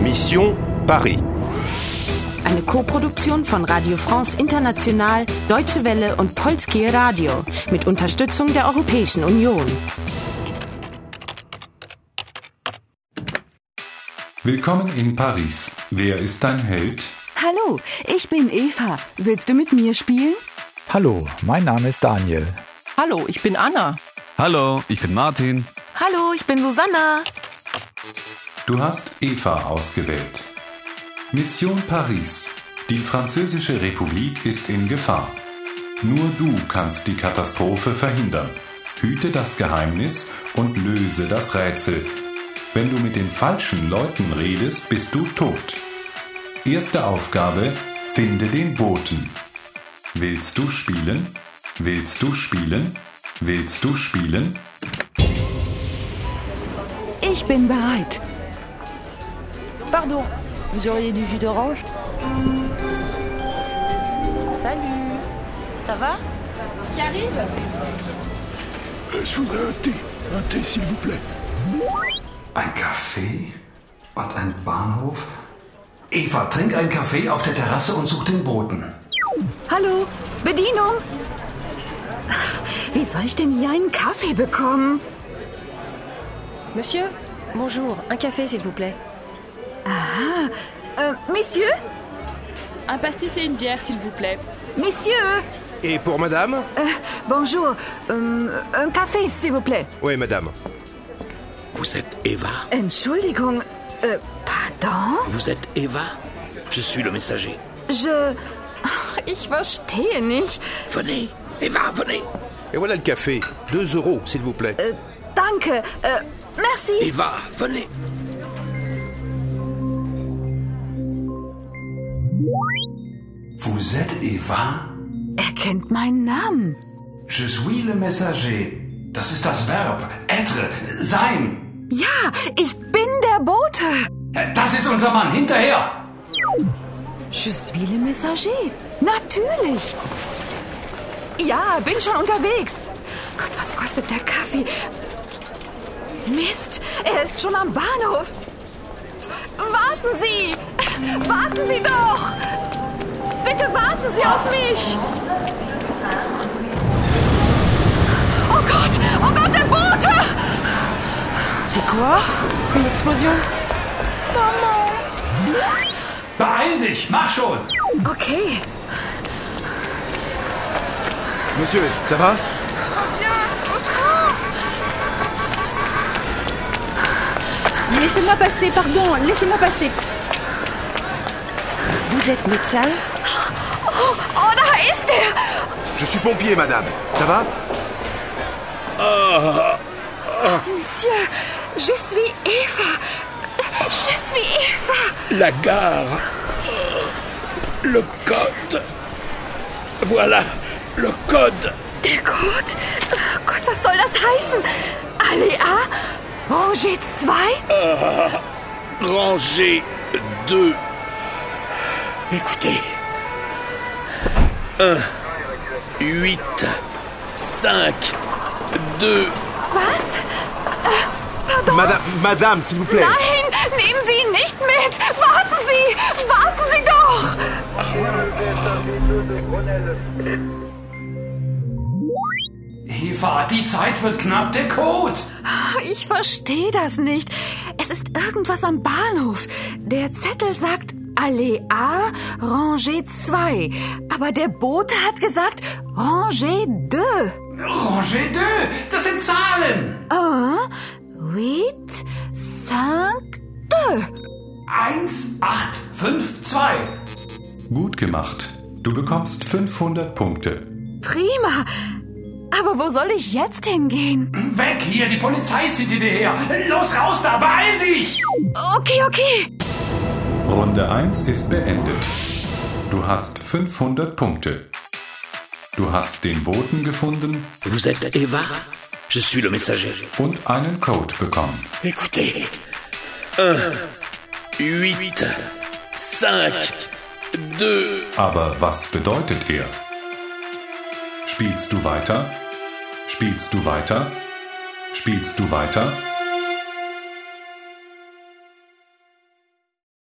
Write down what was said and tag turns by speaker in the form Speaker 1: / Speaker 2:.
Speaker 1: Mission Paris.
Speaker 2: Eine Koproduktion von Radio France International, Deutsche Welle und Polskie Radio mit Unterstützung der Europäischen Union.
Speaker 3: Willkommen in Paris. Wer ist dein Held?
Speaker 4: Hallo, ich bin Eva. Willst du mit mir spielen?
Speaker 5: Hallo, mein Name ist Daniel.
Speaker 6: Hallo, ich bin Anna.
Speaker 7: Hallo, ich bin Martin.
Speaker 8: Hallo, ich bin Susanna.
Speaker 3: Du hast Eva ausgewählt. Mission Paris. Die Französische Republik ist in Gefahr. Nur du kannst die Katastrophe verhindern. Hüte das Geheimnis und löse das Rätsel. Wenn du mit den falschen Leuten redest, bist du tot. Erste Aufgabe, finde den Boten. Willst du spielen? Willst du spielen? Willst du spielen?
Speaker 4: Ich bin bereit.
Speaker 9: Pardon, vous auriez du jus d'orange
Speaker 10: Salut, ça va
Speaker 11: Qui arrive
Speaker 12: Je voudrais un thé. Un thé, s'il vous plaît.
Speaker 13: Ein Kaffee und ein Bahnhof? Eva, trink einen Kaffee auf der Terrasse und such den Boten.
Speaker 4: Hallo, Bedienung! Wie soll ich denn hier einen Kaffee bekommen?
Speaker 10: Monsieur, bonjour, un café s'il vous plaît.
Speaker 4: Ah, euh, messieurs
Speaker 14: Un pastis et une bière s'il vous plaît.
Speaker 4: Messieurs
Speaker 1: Et pour madame
Speaker 4: euh, Bonjour, euh, un café s'il vous plaît.
Speaker 1: Oui, madame.
Speaker 15: Vous êtes Eva
Speaker 4: Entschuldigung, äh, pardon
Speaker 15: Vous êtes Eva Je suis le messager.
Speaker 4: Je... Ich verstehe nicht.
Speaker 15: Venez, Eva, venez.
Speaker 1: Et voilà le café. Deux euros, s'il vous plaît.
Speaker 4: Euh, danke. Euh, merci.
Speaker 15: Eva, venez.
Speaker 13: Vous êtes Eva?
Speaker 4: Er kennt meinen Namen.
Speaker 13: Je suis le messager. Das ist das Verb. Être, sein.
Speaker 4: Ja, ich bin der Bote.
Speaker 13: Das ist unser Mann. Hinterher.
Speaker 4: Je suis le messager. Natürlich. Ja, bin schon unterwegs. Gott, was kostet der Kaffee? Mist, er ist schon am Bahnhof. Warten Sie! Warten Sie doch! Bitte warten Sie auf mich! Oh Gott! Oh Gott, der Bote!
Speaker 6: C'est quoi? Une explosion?
Speaker 4: Maman!
Speaker 13: Beeil dich! Mach schon!
Speaker 4: Okay.
Speaker 1: Monsieur, ça va
Speaker 2: Laissez-moi passer, pardon, laissez-moi passer.
Speaker 8: Vous êtes médecin
Speaker 4: oh, oh, da ist er
Speaker 1: Je suis pompier, madame. Ça va
Speaker 4: oh, oh. Monsieur, je suis Eva. Je suis Eva.
Speaker 15: La gare. Euh, Le code. Voilà, le code.
Speaker 4: Der Code? Gott, was soll das heißen? Aléa Rangée 2
Speaker 15: euh, Rangée 2. Écoutez. 1, 8, 5, 2.
Speaker 4: Was? Euh, pardon
Speaker 1: Madame, Madame, s'il vous plaît.
Speaker 4: Nein, nehmen Sie ihn nicht mit. Warten Sie, warten Sie doch.
Speaker 13: Eva, die Zeit wird knapp, der Code.
Speaker 4: Ich verstehe das nicht. Es ist irgendwas am Bahnhof. Der Zettel sagt Allee A, Rangée 2. Aber der Bote hat gesagt Rangée 2.
Speaker 13: Rangée 2, das sind Zahlen.
Speaker 4: 1, 8, 5, 2.
Speaker 13: 1, 8, 5, 2.
Speaker 3: Gut gemacht. Du bekommst 500 Punkte.
Speaker 4: Prima. Aber wo soll ich jetzt hingehen?
Speaker 13: Weg hier, die Polizei ist hinter dir her. Los raus da, beeil dich!
Speaker 4: Okay, okay.
Speaker 3: Runde 1 ist beendet. Du hast 500 Punkte. Du hast den Boten gefunden.
Speaker 15: Vous êtes Eva? Je suis le messager.
Speaker 3: Und einen Code bekommen.
Speaker 15: Écoutez. 1, 8, 5, 2.
Speaker 3: Aber was bedeutet er? Spielst du weiter? Spielst du weiter? Spielst du weiter?